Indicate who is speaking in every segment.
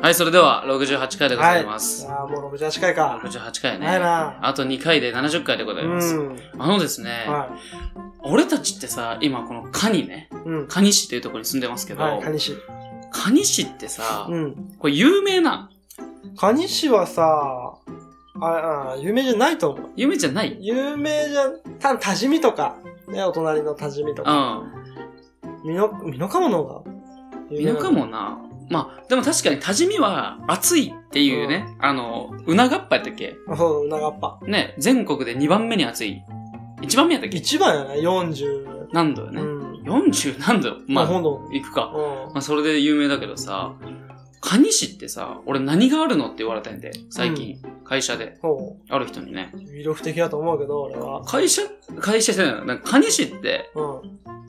Speaker 1: はい、それでは68回でございます。
Speaker 2: ああ、もう68回か。
Speaker 1: 68回ね。
Speaker 2: ないな。
Speaker 1: あと2回で70回でございうます。
Speaker 2: ん。
Speaker 1: あのですね、
Speaker 2: は
Speaker 1: 俺たちってさ、今このカニね、
Speaker 2: い。うん。
Speaker 1: カニ市っていうところに住んでますけど、
Speaker 2: はい、蟹市。
Speaker 1: カニ市ってさ、
Speaker 2: うん。
Speaker 1: これ有名な、
Speaker 2: 蟹市はさ、ああ、有名じゃないと思う。
Speaker 1: 有名じゃないうん。
Speaker 2: 有名じゃ、たぶん多治見とか。ね、お隣の多治見とか。美濃、美濃鴨の方が
Speaker 1: 美濃かもな。まあ、でも確かに多治見は暑いっていうね、あの、うながっぱやったっけ
Speaker 2: あそう、うながっぱ。
Speaker 1: ね、全国で2番目に暑い。1番目やったっけ
Speaker 2: 一番やね、40。
Speaker 1: 何度よ
Speaker 2: う
Speaker 1: ね。
Speaker 2: ん。
Speaker 1: 40何度まあ、
Speaker 2: ほんと。
Speaker 1: 行くか。
Speaker 2: う
Speaker 1: まあ、それで有名だけどさ、蟹市ってさ、俺何があるのって言われたんで、最近、会社で、
Speaker 2: ん。そ
Speaker 1: ある人にね
Speaker 2: う。。魅力的だと思うけど、俺は。
Speaker 1: 会社、会社じゃないのなんか蟹市って、
Speaker 2: う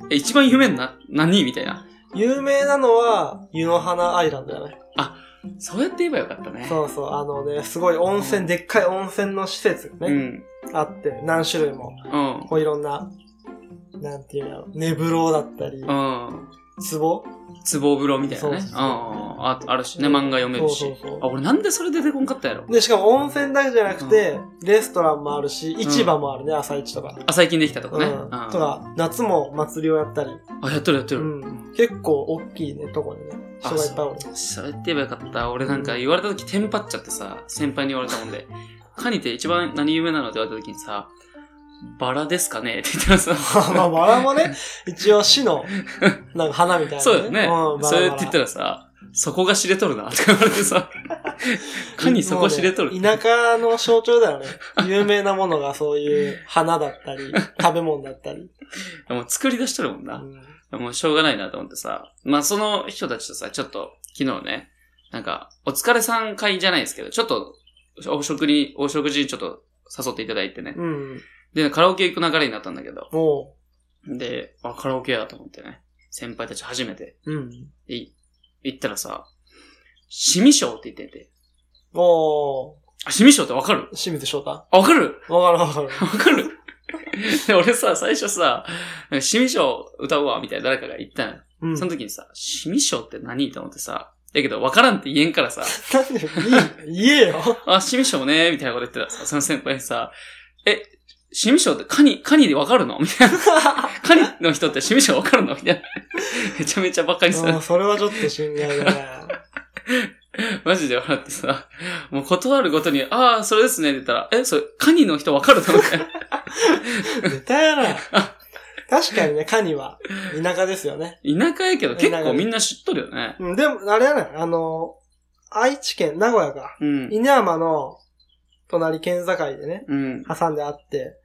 Speaker 2: ん。
Speaker 1: え一番有名な、何みたいな。
Speaker 2: 有名なのは、湯の花アイランドやね。
Speaker 1: そうやって言えばよかったね。
Speaker 2: そうそう、あのね、すごい温泉、でっかい温泉の施設
Speaker 1: う
Speaker 2: ね、
Speaker 1: ん。
Speaker 2: あって、何種類も、
Speaker 1: うん。
Speaker 2: こういろんな、なんていうんやろ、寝風呂だったり、
Speaker 1: うん。
Speaker 2: 壺
Speaker 1: つぼ風呂みたいなね。
Speaker 2: そうそうそう
Speaker 1: ああ、ああるしね、漫画読めるし。
Speaker 2: そうそう
Speaker 1: あ、
Speaker 2: そ
Speaker 1: 俺なんでそれ出てこんかったやろ
Speaker 2: う。で、しかも温泉だけじゃなくて、レストランもあるし、市場もあるね、朝市とか。
Speaker 1: あ、最近できたと
Speaker 2: う
Speaker 1: か
Speaker 2: ん。
Speaker 1: ね。
Speaker 2: とか、夏も祭りをやったり、
Speaker 1: あ、やってるやってる。
Speaker 2: うん結構大きいね、とこでね、
Speaker 1: あ
Speaker 2: 人がいっぱいおる。
Speaker 1: そうやって言えばよかった。俺なんか言われた時テンパっちゃってさ、先輩に言われたもんで、カニって一番何有名なのって言われた時にさ、バラですかねって言ったらさ、
Speaker 2: まあ、バラもね、一応市の、なんか花みたいな、
Speaker 1: そうだよね。
Speaker 2: うん、バ
Speaker 1: そう
Speaker 2: ラ
Speaker 1: や
Speaker 2: バ
Speaker 1: っ
Speaker 2: ラ
Speaker 1: て言ったらさ、そこが知れとるなって言われて さ、カニそこ知れとる。
Speaker 2: もうね田舎の象徴だ よね。有名なものがそういう花だったり、食べ物だったり。
Speaker 1: もう作り出しとるもん
Speaker 2: う
Speaker 1: な。
Speaker 2: ん
Speaker 1: もうしょうがないなと思ってさ、まあその人たちとさ、ちょっと昨日ね、なんか、お疲れさん会じゃないですけど、ちょっと、お食に、お食事にちょっと誘っていただいてね。
Speaker 2: うん。
Speaker 1: で、カラオケ行く流れになったんだけど、
Speaker 2: も
Speaker 1: で、あ、カラオケやと思ってね、先輩たち初めて、
Speaker 2: う、うん。
Speaker 1: い、行ったらさ、シミショーって言ってて、
Speaker 2: も
Speaker 1: あ、シミショーってわかる
Speaker 2: う、清水翔太。わ
Speaker 1: あわかる
Speaker 2: かるわかる。
Speaker 1: わかるで、俺さ、最初さ、なんかシミショー歌うわ、みたいな誰かが言ったのよ。
Speaker 2: うん。
Speaker 1: その時にさ、シミショーって何と思ってさ、だけど分からんって言えんからさ、
Speaker 2: なんでいい言え よ。
Speaker 1: あ、シミショーね、みたいなこと言ってたらさ、その先輩にさ、え、シミショーってカニ、カニで分かるのみたいな。カニの人ってシミショー分かるのみたいな。めちゃめちゃバカにさ
Speaker 2: う
Speaker 1: れ
Speaker 2: んそれはちょっと信 頼だね。
Speaker 1: マジで笑ってさ、もう断るごとに、ああ、それですね、って言ったら、え、それ、カニの人分かる のみたいな。
Speaker 2: 絶対やな。確かにね、カニは田舎ですよね。
Speaker 1: 田舎やけど結構みんな知っとるよね。
Speaker 2: うん、でも、あれやね、あの、愛知県、名古屋か。
Speaker 1: うん。
Speaker 2: 稲山の隣県境でね、
Speaker 1: うん。
Speaker 2: 挟んであって、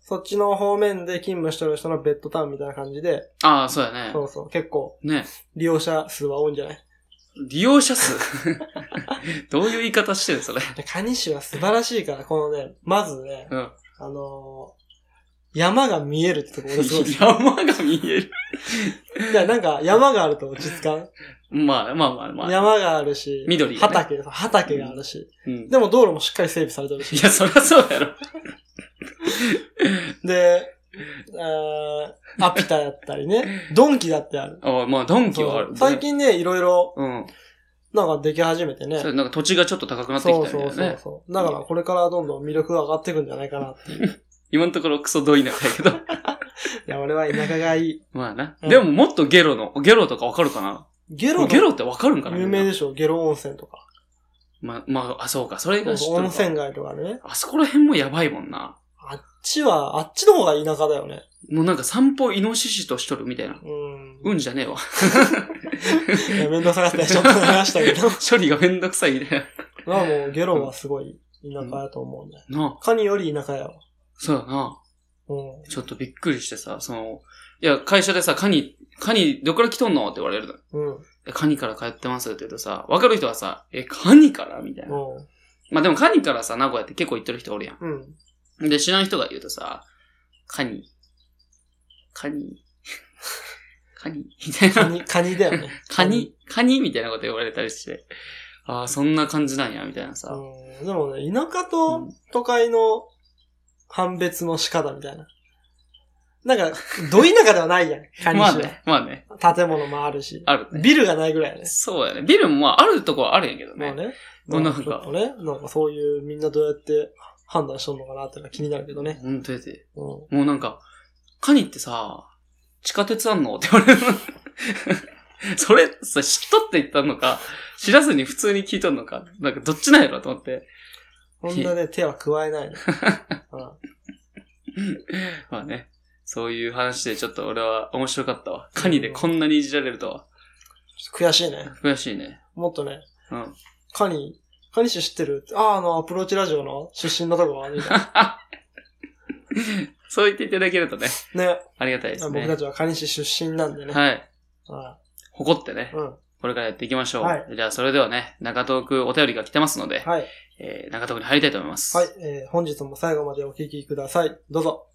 Speaker 2: そっちの方面で勤務してる人のベッドタウンみたいな感じで、
Speaker 1: ああ、そうやね
Speaker 2: そ。うそう、結構
Speaker 1: ね。
Speaker 2: 利用者数は多いんじゃない
Speaker 1: 利用者数。 どういう言い方してるそれ。
Speaker 2: で、蟹市は素晴らしいから、このね、まずね、
Speaker 1: うん
Speaker 2: あのー山が見えるってところがすごい。い
Speaker 1: 山が見える。
Speaker 2: や、なんか山があると落ち着かん。
Speaker 1: まあまあまあまあ。
Speaker 2: 山があるし、
Speaker 1: 緑がね
Speaker 2: 畑、畑があるし、
Speaker 1: うん
Speaker 2: でも道路もしっかり整備されてる
Speaker 1: い
Speaker 2: し。
Speaker 1: や、そりゃそうやろ。
Speaker 2: で、えー、アピタやったりね、ドンキだってある。
Speaker 1: あまあ、ドンキはある、
Speaker 2: そう最。近ね、いろいろ、
Speaker 1: うん。
Speaker 2: なんかでき始めてね。
Speaker 1: それなんか土地がちょっと高くなってきた
Speaker 2: そ
Speaker 1: んだ
Speaker 2: う
Speaker 1: よ
Speaker 2: そ
Speaker 1: ね。
Speaker 2: うそうそう。だからこれからどんどん魅力が上がっていくんじゃないかなって。い
Speaker 1: 今のところクソどいなかやけど。
Speaker 2: や、俺は田舎がいい。
Speaker 1: まあな。
Speaker 2: うん
Speaker 1: でももっとゲロの、ゲロとかわかるかな
Speaker 2: ゲ
Speaker 1: ゲ
Speaker 2: ロ
Speaker 1: ロ
Speaker 2: の
Speaker 1: ってわかるんかな
Speaker 2: 有名
Speaker 1: みん
Speaker 2: でしょゲロ温泉とか。
Speaker 1: なまあ、まあ、あ、そうか。それ
Speaker 2: 温
Speaker 1: が知っとるわ
Speaker 2: 泉街とかでね。
Speaker 1: あそこら辺もやばいもんな。
Speaker 2: あっちは、あっちの方が田舎だよね。
Speaker 1: もうなんか散歩イノシシとしとるみたいな。
Speaker 2: うん。
Speaker 1: うんじゃねえわ。
Speaker 2: いやめんどくさかったよちょっと話したけど。
Speaker 1: 処理がめんどくさいみたい
Speaker 2: まあもうゲロはすごい田舎やと思うね。
Speaker 1: な。なあ、
Speaker 2: カニより田舎やわ。
Speaker 1: そうだな。
Speaker 2: うん。
Speaker 1: ちょっとびっくりしてさ、その、いや、会社でさ、カニ、カニ、どっから来とんのって言われるの。
Speaker 2: うん。
Speaker 1: えカニから通ってますって言うとさ、わかる人はさ、え、カニからみたいな。
Speaker 2: うん。
Speaker 1: まあでもカニからさ、名古屋って結構行ってる人おるや
Speaker 2: うん。
Speaker 1: ん。で、知らん人が言うとさ、カニ、カニ、カニ、みたい
Speaker 2: カ
Speaker 1: な。
Speaker 2: ニ、カニだよね。
Speaker 1: カニ、カニみたいなこと言われたりして。ああ、そんな感じなんや、みたいな
Speaker 2: カ
Speaker 1: さ。
Speaker 2: ニ。うん。でもね、田舎
Speaker 1: う
Speaker 2: と
Speaker 1: ん
Speaker 2: 都会の判別の仕方みたいな。なんか、ど田舎ではないやん。管 理
Speaker 1: まあ
Speaker 2: 市
Speaker 1: ね、まあね。
Speaker 2: は。建物もあるし。
Speaker 1: あるね。
Speaker 2: ビルがないぐらいやね。
Speaker 1: そうやね。ビルもまああるとこはあるんやけど
Speaker 2: まあ
Speaker 1: ね。
Speaker 2: ね。
Speaker 1: もうなんか
Speaker 2: ちょっとね、なんかそういうみんなどうやって判断しとんのかなっていうのが気になるけどね。
Speaker 1: ほんとやて。
Speaker 2: うん。
Speaker 1: もうなんか、カニってさ、地下鉄あんのって言われる。 それさ、知っとって言ったのか、知らずに普通に聞いとんのか、なんかどっちなんやろと思って。
Speaker 2: ほんなね、手は加えな いの。う
Speaker 1: まあね、そういう話でちょっと俺は面白かったわ。カニでこんなにいじられるとは。
Speaker 2: ん悔しいね。
Speaker 1: 悔しいね。
Speaker 2: もっとね、
Speaker 1: うん。
Speaker 2: カニ、カニ氏知ってるああ、あの、アプローチラジオの出身のとこは、みたい
Speaker 1: そう言っていただけるとね、
Speaker 2: な。ね。
Speaker 1: ありがたいです
Speaker 2: 僕
Speaker 1: ね
Speaker 2: た。ちはカニ氏出身なんでね。
Speaker 1: はい。
Speaker 2: は
Speaker 1: 誇ってね
Speaker 2: い。、うん。
Speaker 1: これからやっていきましょう。
Speaker 2: はい
Speaker 1: じゃあそれではね、中東区お便りが来てますので、
Speaker 2: はい。
Speaker 1: えー、中東区に入りたいと思います。
Speaker 2: はい。えー本日も最後までお聞きください。どうぞ。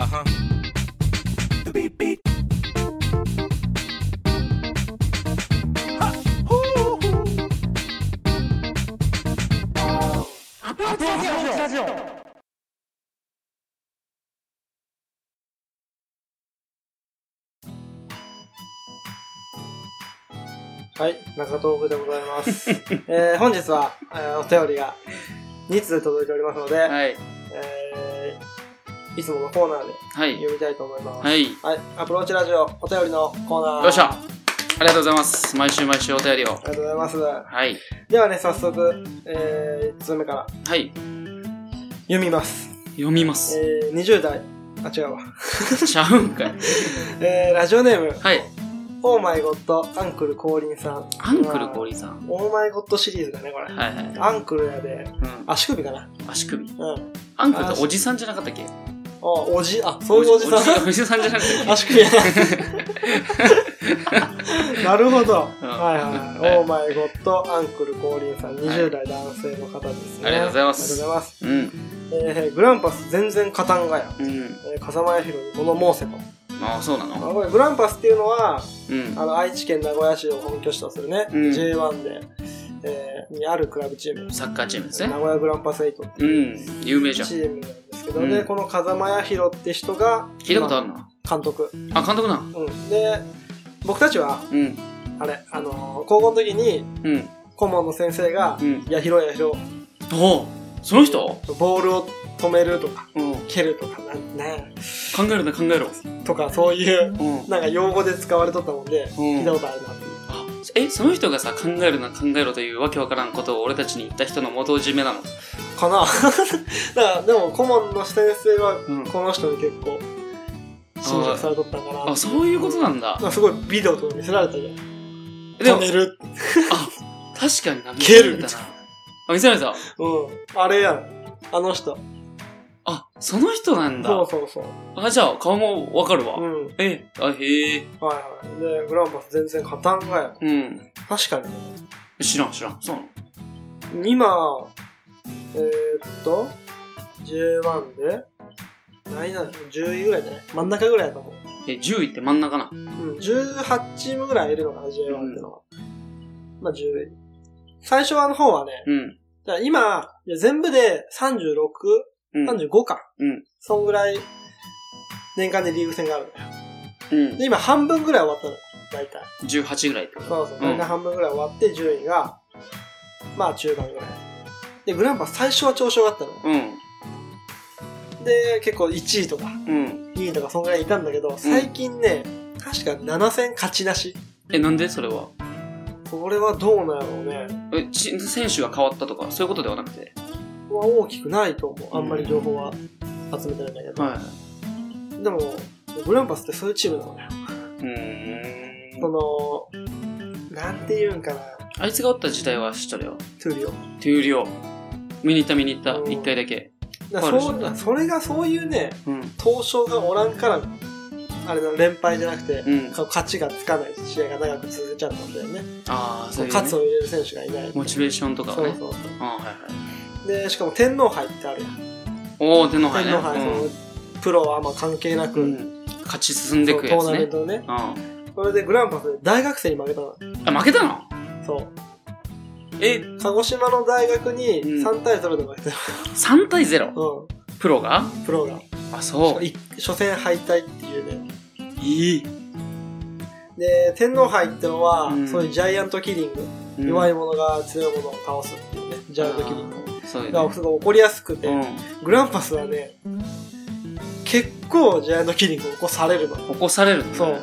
Speaker 3: Uh-huh. Beep beep. Ha!
Speaker 2: はい。中東部でございます。 えー本日は、えーお便りが2通届いておりますので、
Speaker 1: はい。
Speaker 2: えーいつものコーナーで
Speaker 1: はい。
Speaker 2: 読みたいと思います。
Speaker 1: はい。よ
Speaker 2: はい、アプローチラジオお便りのコーナー。
Speaker 1: っしゃ
Speaker 2: あ
Speaker 1: ありがとうございます。毎週毎週お便りを
Speaker 2: り。がとうございます。
Speaker 1: はい。
Speaker 2: ではね、早速、えー、1つ目から
Speaker 1: はい。
Speaker 2: 読みます。
Speaker 1: 読みます。
Speaker 2: えー、20代、あ、違うわ。
Speaker 1: ちゃうんかい。
Speaker 2: えー、ラジオネーム、
Speaker 1: はい。
Speaker 2: オーマイゴッド、アンクル降臨さん。
Speaker 1: アンクル氷さん。
Speaker 2: オーマイゴッドシリーズだね、これ。
Speaker 1: はいはい。
Speaker 2: アンクルやで、
Speaker 1: うん。
Speaker 2: 足首かな。
Speaker 1: 足首。
Speaker 2: うん。
Speaker 1: アンクルっておじさんじゃなかったっけ
Speaker 2: あ、おじ、あ、そういうおじさん。
Speaker 1: おじさんじゃなかったっけ
Speaker 2: 足首や な。なるほど。はい
Speaker 1: うん
Speaker 2: はいはい。オーマイゴッド、アンクル降臨さん、20代男性の方ですね。
Speaker 1: ありがとうございます
Speaker 2: ありがとうございま
Speaker 1: う
Speaker 2: す。
Speaker 1: ん。
Speaker 2: えーグランパス全然勝たんがや、
Speaker 1: うん。
Speaker 2: えー、笠間彌弘に物申せとあ
Speaker 1: ああ、そうなの
Speaker 2: これグランパスっていうのは
Speaker 1: うん。
Speaker 2: あの愛知県名古屋市を本拠地とするね、
Speaker 1: うん
Speaker 2: J1 で、えーにあるクラブチーム
Speaker 1: サッカーチームです
Speaker 2: 名
Speaker 1: ね。
Speaker 2: 古屋グランパス8って
Speaker 1: うん。有名
Speaker 2: チ
Speaker 1: じゃん。
Speaker 2: ームなんですけど、
Speaker 1: うん
Speaker 2: でこの風間彌弘って人が
Speaker 1: 聞いたことあるな。
Speaker 2: 今監督、
Speaker 1: あ、監督な。
Speaker 2: うん、で僕たちは
Speaker 1: うん。
Speaker 2: あれ、あのー高校の時に
Speaker 1: うん。
Speaker 2: 顧問の先生が
Speaker 1: うん
Speaker 2: 「。彌弘彌弘
Speaker 1: おうその人
Speaker 2: ボールを止める」とか
Speaker 1: うん。
Speaker 2: 「蹴る」とかなんなん
Speaker 1: 考えるな、考えろ。
Speaker 2: とかそういう
Speaker 1: うん。
Speaker 2: なんか用語で使われとったもんで、聞いたことあるなっていう。
Speaker 1: あえ、その人がさ、考えるな、考えろというわけわからんことを俺たちに言った人の元締めなの。
Speaker 2: かな だから、でも顧問の先生は、
Speaker 1: うん。
Speaker 2: この人に結構、信頼されとったかな。
Speaker 1: あ、そういうことなんだ。
Speaker 2: なんかすごいビデオとか見せられたじゃん。
Speaker 1: でも
Speaker 2: 止、める。
Speaker 1: 確かにな、見
Speaker 2: 蹴
Speaker 1: せら
Speaker 2: る
Speaker 1: れたな。あ、見せられた。
Speaker 2: うん。あれやん。あの人。
Speaker 1: あ、その人なん
Speaker 2: そ
Speaker 1: だ
Speaker 2: う。そうそう。
Speaker 1: あ、じゃあ、顔もわかるわ。
Speaker 2: うん。
Speaker 1: え、あ、へえ。
Speaker 2: はいはい。で、グランパス全然勝たんがや。
Speaker 1: うん。
Speaker 2: 確かにね。
Speaker 1: 知らん、知らん。そうなの
Speaker 2: 今、えー、っと、J1 で、何位なの ?10 位ぐらいじゃない真ん中ぐらいやと思う。
Speaker 1: え、10位って真ん中な。
Speaker 2: うん、18チームぐらいいるのかな、J1 ってのは。まあ、10位。最初はの方はね、
Speaker 1: うん。
Speaker 2: だから今、いや全部で36、
Speaker 1: うん。
Speaker 2: 35か。
Speaker 1: うん
Speaker 2: そんぐらい、年間でリーグ戦があるんだよ。
Speaker 1: うん。
Speaker 2: で、今半分ぐらい終わったの。大体。
Speaker 1: 18ぐらいってこと
Speaker 2: そうそう。
Speaker 1: ん
Speaker 2: 大体半分ぐらい終わって、順位が、まあ中盤ぐらい。で、グランパス最初は調子良かったの。
Speaker 1: うん。
Speaker 2: で、結構1位とか、
Speaker 1: うん。
Speaker 2: 2位とかそんぐらいいたんだけど、最近ね、確か7戦勝ちなし。
Speaker 1: え、なんでそれは
Speaker 2: これはどうなんやろうね。
Speaker 1: え、ち選手が変わったとか、そういうことではなくて。
Speaker 2: は大きくないと思う。あんまり情報は集めてないんだけど。
Speaker 1: は
Speaker 2: でも、グランパスってそういうチームなのね。
Speaker 1: い。うーん。
Speaker 2: その、なんて言うんかな、
Speaker 1: あいつがおった時代は知っとるよ。
Speaker 2: トゥーリオ。
Speaker 1: トゥーリオ。見に行った見に行った
Speaker 2: う。ん
Speaker 1: 一回だけ。
Speaker 2: だ
Speaker 1: あ
Speaker 2: か
Speaker 1: る
Speaker 2: ら
Speaker 1: じゃ
Speaker 2: そ
Speaker 1: ん
Speaker 2: うそれがそういうね、
Speaker 1: うん。
Speaker 2: 東証がおらんからあれの連敗じゃなくて、
Speaker 1: うん。
Speaker 2: こう勝ちがつかない試合が長く続いちゃったんだよね。
Speaker 1: ああ、
Speaker 2: こ
Speaker 1: そうういう、
Speaker 2: 勝つ
Speaker 1: ね。
Speaker 2: を入れる選手がいない。
Speaker 1: モチベーションとか
Speaker 2: そ
Speaker 1: を
Speaker 2: う
Speaker 1: ね。
Speaker 2: そうそ
Speaker 1: ああ、はいは
Speaker 2: う。で、しかも天皇杯ってあるやん。
Speaker 1: い。おお、天皇杯ね。
Speaker 2: 天皇杯、
Speaker 1: うん
Speaker 2: そのプロはあんま関係なく、
Speaker 1: うん勝ち進んで
Speaker 2: そ
Speaker 1: いうく
Speaker 2: ト
Speaker 1: や
Speaker 2: ー
Speaker 1: つ
Speaker 2: ナメン
Speaker 1: ね。
Speaker 2: トのね。
Speaker 1: うん。あ、
Speaker 2: それでグランパスで大学生に負けたの。
Speaker 1: 負けたの
Speaker 2: そう。
Speaker 1: え、
Speaker 2: 鹿児島の大学に
Speaker 1: うん
Speaker 2: 3対0で負けた。
Speaker 1: 3対 0?
Speaker 2: うん。
Speaker 1: プロが
Speaker 2: プロが。
Speaker 1: あ、そう。
Speaker 2: い初戦敗退っていうね。
Speaker 1: いい。
Speaker 2: で、天皇杯ってのは、
Speaker 1: うん
Speaker 2: そういうジャイアントキリング。
Speaker 1: うん
Speaker 2: 弱い者が強い者を倒すっていうね、ジャイアントキリング。
Speaker 1: そういう
Speaker 2: が
Speaker 1: ね
Speaker 2: すごい起こりやすくて、
Speaker 1: う
Speaker 2: グランパスはね、結構ジャイアントキリングを起こされるの。
Speaker 1: ん。起こされるんだ
Speaker 2: そう
Speaker 1: ね。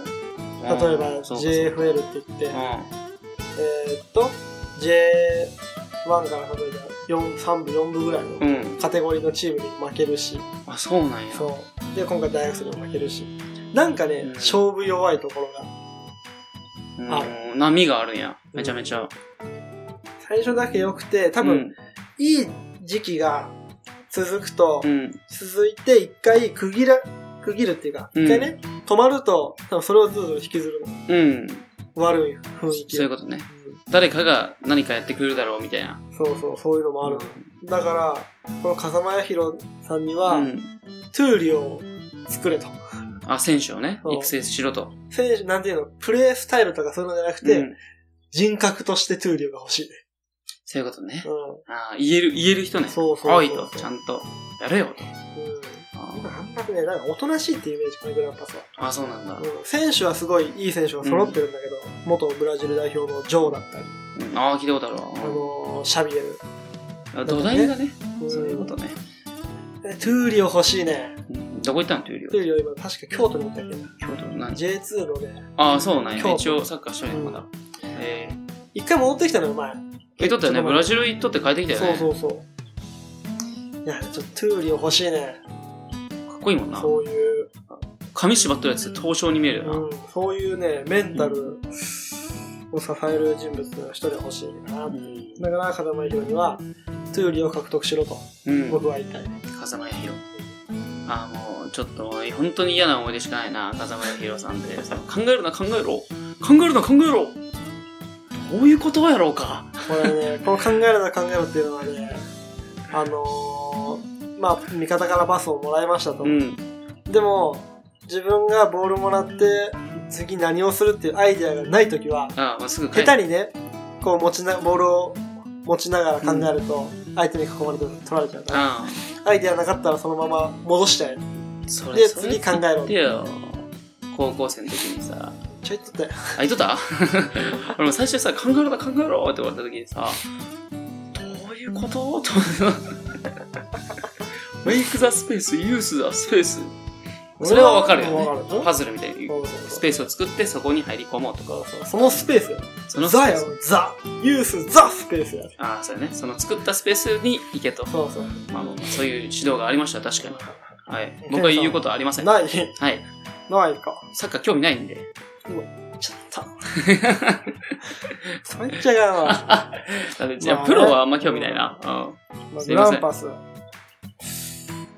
Speaker 2: 例えば
Speaker 1: うんそうかそう
Speaker 2: JFL って言って、
Speaker 1: か
Speaker 2: えーっと、J1 から例えば4 3部、4部ぐらい
Speaker 1: うん。
Speaker 2: の
Speaker 1: うん。
Speaker 2: カテゴリーのチームに負けるし、
Speaker 1: あ、そうなんや。
Speaker 2: そう。で、今回大学生にも負けるし。なんかね、
Speaker 1: うん
Speaker 2: 勝負弱いところが。
Speaker 1: うん。波があるんや。めちゃめちゃ。
Speaker 2: 最初だけ良くて、多分、いい時期が続くと、
Speaker 1: うん。うん。
Speaker 2: 続いて一回区切ら、区切るっていうか、
Speaker 1: うん
Speaker 2: 一回ね、止まると、多分それをずっと引きずるの。
Speaker 1: うん。
Speaker 2: 悪い雰囲気。
Speaker 1: そういうことね。誰かが何かやってくるだろうみたいな。
Speaker 2: うんそうそう、そういうのもある。だから、この風間彌弘さんには、
Speaker 1: うん。
Speaker 2: トゥーリオを作れと。
Speaker 1: あ、選手をね、
Speaker 2: そう
Speaker 1: 育成しろと。
Speaker 2: 選手、なんていうの、プレースタイルとかそういうのじゃなくて、
Speaker 1: うん、
Speaker 2: 人格としてトゥーリオが欲しいね。
Speaker 1: そういうことね。
Speaker 2: うん。
Speaker 1: ああ、言える、言える人ね。
Speaker 2: そうそうそう
Speaker 1: おいと、ちゃんと、やれよと。あ
Speaker 2: うん。今あんまりね、なんかおとなしいっていうイメージかな、グランパスは。
Speaker 1: あ、あそうなんだ。
Speaker 2: うん。選手はすごいいい選手が揃ってるんだけど、元ブラジル代表のジョーだったり、
Speaker 1: うんああ、聞いたことある
Speaker 2: あ
Speaker 1: わ
Speaker 2: のーシャビエル。
Speaker 1: うん。土台がね、
Speaker 2: うん
Speaker 1: そういうことね。
Speaker 2: えトゥーリオ欲しいね。
Speaker 1: うんどこ行ったのっていうよ
Speaker 2: トゥ
Speaker 1: り
Speaker 2: ーリオ今、確か京都にいたけど、
Speaker 1: 京都なん
Speaker 2: J2 のね、
Speaker 1: ああ、そうなんや。
Speaker 2: 京都
Speaker 1: 一応サッカーしとるんやまだ。えー
Speaker 2: 一回戻ってきたのよ、前。
Speaker 1: え、とったよね。
Speaker 2: ちょっと待って
Speaker 1: ブラジル行っとって帰ってきたよね。
Speaker 2: そうそうそう。いや、ちょっとトゥーリオ欲しいね。
Speaker 1: かっこいいもんな。
Speaker 2: そういう、
Speaker 1: 髪縛っとるやつ、東証に見えるよ
Speaker 2: うん、そういうね、メンタルを支える人物っていうのが一人欲しいな
Speaker 1: な。う。ん。
Speaker 2: だから、風間宏には、トゥーリオを獲得しろと、
Speaker 1: うん。
Speaker 2: 僕は言いたい。
Speaker 1: 風間彌弘ああもうちょっと本当に嫌な思い出しかないな風間彌弘さんでさ考えるな考えろ考えるな考えろどういうことやろうか
Speaker 2: これね、 この考えるな考えるっていうのはね、あのー、まあ、味方からパスをもらいましたと。
Speaker 1: うん
Speaker 2: でも、自分がボールもらって、次何をするっていうアイデアがないときは、
Speaker 1: ああまあすぐ帰
Speaker 2: 下
Speaker 1: る
Speaker 2: 手にね、こう持ちな、ボールを持ちながら考えると、相手に囲まれて取られちゃうから、
Speaker 1: あ
Speaker 2: アイデアなかったらそのまま戻しちゃえ。
Speaker 1: あそれ
Speaker 2: で、
Speaker 1: それ
Speaker 2: 次考えろ
Speaker 1: っ。てよ高校生の時にさ
Speaker 2: ちょいとって。
Speaker 1: あいとった 俺も最初さ考えるな考えろって言われた時にさどういうことと思ってさメイクザスペースユースザスペースそれはわかるよね
Speaker 2: わかる
Speaker 1: パズルみたいに
Speaker 2: そうそうそう
Speaker 1: スペースを作ってそこに入り込もうとか
Speaker 2: そのスペースよ。
Speaker 1: そのスペ
Speaker 2: ザ
Speaker 1: ー
Speaker 2: よ
Speaker 1: ス。
Speaker 2: ザ。ユースザスペースや。
Speaker 1: ああ、そうね。その作ったスペースに行けと。
Speaker 2: そうそう。
Speaker 1: まあ、まあそういう指導がありました、確かに。はい。僕は言うことはありません。は
Speaker 2: ない、
Speaker 1: い。
Speaker 2: ないか。
Speaker 1: サッカー興味ないんで。
Speaker 2: ちょっ と。それ言っちゃいかんわ。
Speaker 1: だってじゃ
Speaker 2: ま
Speaker 1: あ、
Speaker 2: あね
Speaker 1: プロはあんま興味ないな。
Speaker 2: まあ
Speaker 1: すい
Speaker 2: グ
Speaker 1: ません
Speaker 2: ランパス。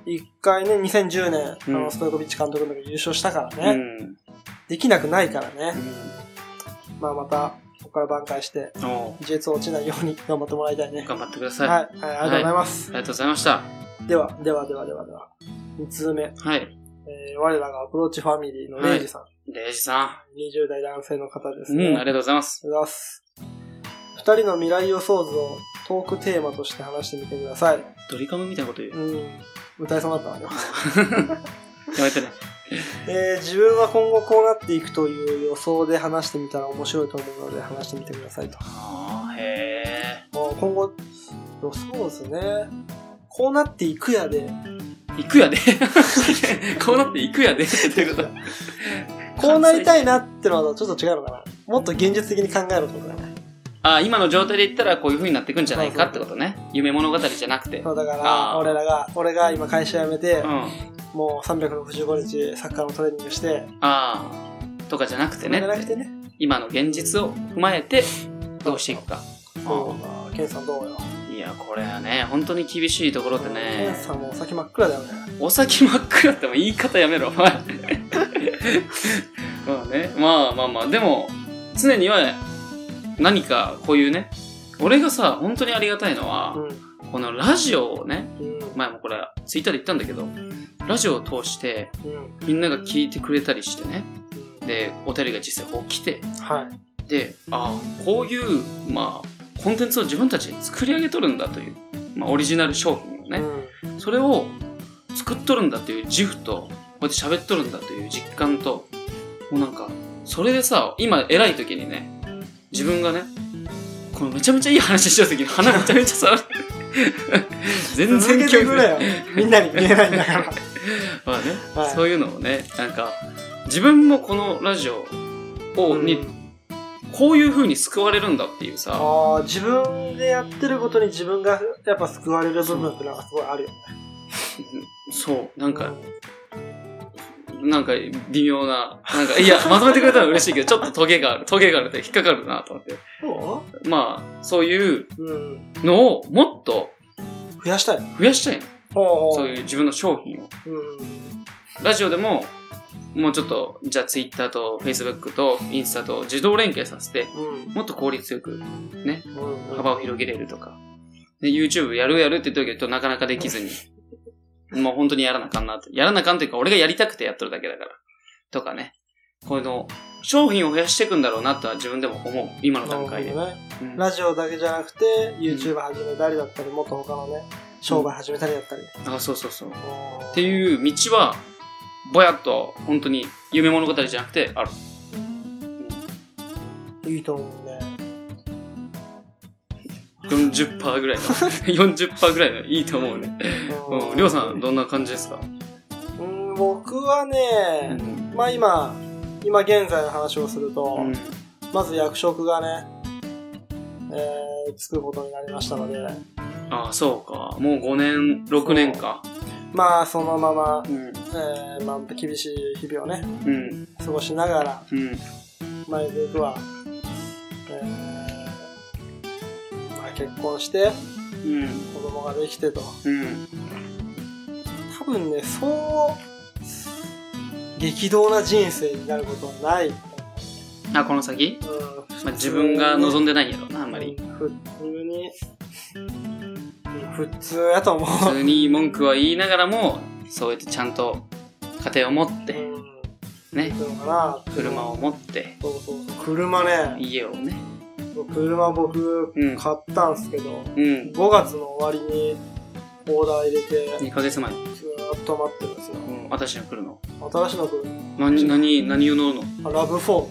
Speaker 2: 一回ね、2010年、
Speaker 1: うん
Speaker 2: あのストイコビッチ監督の時優勝したから
Speaker 1: うん。う
Speaker 2: ね、
Speaker 1: ん。
Speaker 2: できなくないからね、まあまた、ここから挽回して、
Speaker 1: うんお
Speaker 2: J2 落ちないように 頑張ってもらいたいね。
Speaker 1: 頑張ってくださ。
Speaker 2: はいい、
Speaker 1: あ
Speaker 2: はい、ありがとうございます。
Speaker 1: りがとうございました。
Speaker 2: では、では、では、では、では。三つ目、
Speaker 1: はい。
Speaker 2: えー我らがアプローチファミリーのレイジさん、
Speaker 1: レイジさ
Speaker 2: 20代男性の方です
Speaker 1: ん。
Speaker 2: ね。
Speaker 1: うん、あ
Speaker 2: あ
Speaker 1: り
Speaker 2: り
Speaker 1: がとう
Speaker 2: がと
Speaker 1: ございます。
Speaker 2: うございます。二人の未来予想図をトークテーマとして話してみてください。
Speaker 1: ドリカムみたいなこと言う
Speaker 2: う。ん、歌いそうになったわね。
Speaker 1: やめてね。
Speaker 2: えー自分は今後こうなっていくという予想で話してみたら面白いと思うので話してみてくださいと。
Speaker 1: ああ、へえ。
Speaker 2: もう今後、予想ですね。こうなっていくやで、
Speaker 1: 行くやで。 こうなって行くやで。っていうこと。
Speaker 2: こうなりたいなってのはちょっと違うのかな。もっと現実的に考えるってことだね。
Speaker 1: ああ、今の状態で言ったらこういう風になっていくんじゃないかってことね。夢物語じゃなくて。
Speaker 2: そうだか
Speaker 1: あー
Speaker 2: ら、俺らが、俺が今会社辞めて
Speaker 1: う、ん。
Speaker 2: もう365日サッカーのトレーニングして、
Speaker 1: ああ、とかじゃなくて
Speaker 2: それ
Speaker 1: ね
Speaker 2: じゃ。なくてね、
Speaker 1: 今の現実を踏まえて、どうしていくか。
Speaker 2: そうだ、ケンさんどうよ。
Speaker 1: いや、これはね、本当に厳しいところで
Speaker 2: ケン
Speaker 1: ね、
Speaker 2: さんもお先真っ暗だよね。
Speaker 1: お先真っ暗っても言い方やめろ、お前。まあね。まあまあまあ。でも、常には何かこういうね、俺がさ、本当にありがたいのは、
Speaker 2: うん
Speaker 1: このラジオをね、
Speaker 2: うん
Speaker 1: 前もこれ、ツイッターで言ったんだけど、ラジオを通して、
Speaker 2: うん
Speaker 1: みんなが聞いてくれたりしてね。
Speaker 2: うん
Speaker 1: で、お便りが実際こう来て、
Speaker 2: はい
Speaker 1: で、ああ、こういう、まあ、コンテンツを自分たちで作り上げとるんだという、まあ、オリジナル商品をね、
Speaker 2: う
Speaker 1: それを作っとるんだという自負と、こうやって喋っとるんだという実感と、もうなんか、それでさ、今偉い時にね、自分がね、このめちゃめちゃいい話してる時に鼻めちゃめちゃ触る。全
Speaker 2: ん続け
Speaker 1: 然
Speaker 2: て
Speaker 1: 興
Speaker 2: く
Speaker 1: 味
Speaker 2: れ
Speaker 1: ない。
Speaker 2: よみんなに見えないんだから
Speaker 1: まあね、
Speaker 2: はい
Speaker 1: そういうのをね、なんか、自分もこのラジオを、に、こういう風に救われるんだっていうさ、
Speaker 2: ああ自分でやってることに自分がやっぱ救われる部分ってなんかすごいあるよね
Speaker 1: そう、なん
Speaker 2: う
Speaker 1: か、なんか微妙な、なんか、いや、まとめてくれたら嬉しい けど、ちょっとトゲがある、トゲがあるって引っかかるなと思って。
Speaker 2: そ
Speaker 1: まあ、そういう
Speaker 2: ううん
Speaker 1: のをもっと
Speaker 2: 増やしたい
Speaker 1: 増やしたいの。
Speaker 2: ほ
Speaker 1: そういう自分の商品を。
Speaker 2: ううん
Speaker 1: ラジオでも、もうちょっと、じゃあ Twitter と Facebook とインスタと自動連携させて、
Speaker 2: うん
Speaker 1: もっと効率よく
Speaker 2: うん
Speaker 1: 幅を広げれるとか。で、YouTube やるやるって言ったけど、なかなかでき ずに。もう本当にやらなあかんなと。やらなあかんというか、俺がやりたくてやっとるだけだから。とかね。こういうの、商品を増やしていくんだろうなとは自分でも思う。今の段階で。
Speaker 2: なるほどね
Speaker 1: うん
Speaker 2: ラジオだけじゃなくて YouTube 始めたりだったりもっと他のね商売始めたりだったり
Speaker 1: あ、そうそうそう。っ
Speaker 2: って
Speaker 1: いう道は、ぼやっと、本当に夢物語じゃなくて、ある。
Speaker 2: いいと思うね
Speaker 1: 40%ぐらいの、40%ぐらいの いいと思うね。うん。りょうさん、どんな感じですか
Speaker 2: うん僕は
Speaker 1: う
Speaker 2: ね
Speaker 1: ん。
Speaker 2: まあ今今現在の話をすると
Speaker 1: うん
Speaker 2: まず役職がねえーつくことになりましたので
Speaker 1: あ、そうか。もう5年、6年か。
Speaker 2: まあそのまま
Speaker 1: うん。
Speaker 2: えーまあ厳しい日々をね
Speaker 1: うん。
Speaker 2: 過ごしながら
Speaker 1: うん。
Speaker 2: まあ僕はえーまあ結婚して
Speaker 1: うん。
Speaker 2: 子供ができてと
Speaker 1: うん。
Speaker 2: 多分ねそう激動な人生になることはない、うん
Speaker 1: あ、この先、まあ、自分が望んでないんやろな、あんまり。
Speaker 2: 普通にうん普通やと思
Speaker 1: 普
Speaker 2: う、
Speaker 1: 通に文句は言いながらも、そうやってちゃんと家庭を持っ
Speaker 2: う
Speaker 1: て、
Speaker 2: ん、
Speaker 1: ね、
Speaker 2: どうかな
Speaker 1: 車を持って、
Speaker 2: そうそうそう車ね
Speaker 1: 家をね。
Speaker 2: 車僕
Speaker 1: うん。
Speaker 2: 買ったんすけど
Speaker 1: うん。
Speaker 2: 5月の終わりにオーダー入れて
Speaker 1: 2ヶ月前。う
Speaker 2: ずーっと待ってるんですよ
Speaker 1: ん、私に来るの。
Speaker 2: 新しいの来る
Speaker 1: 何、何、何を乗るの
Speaker 2: あラブ4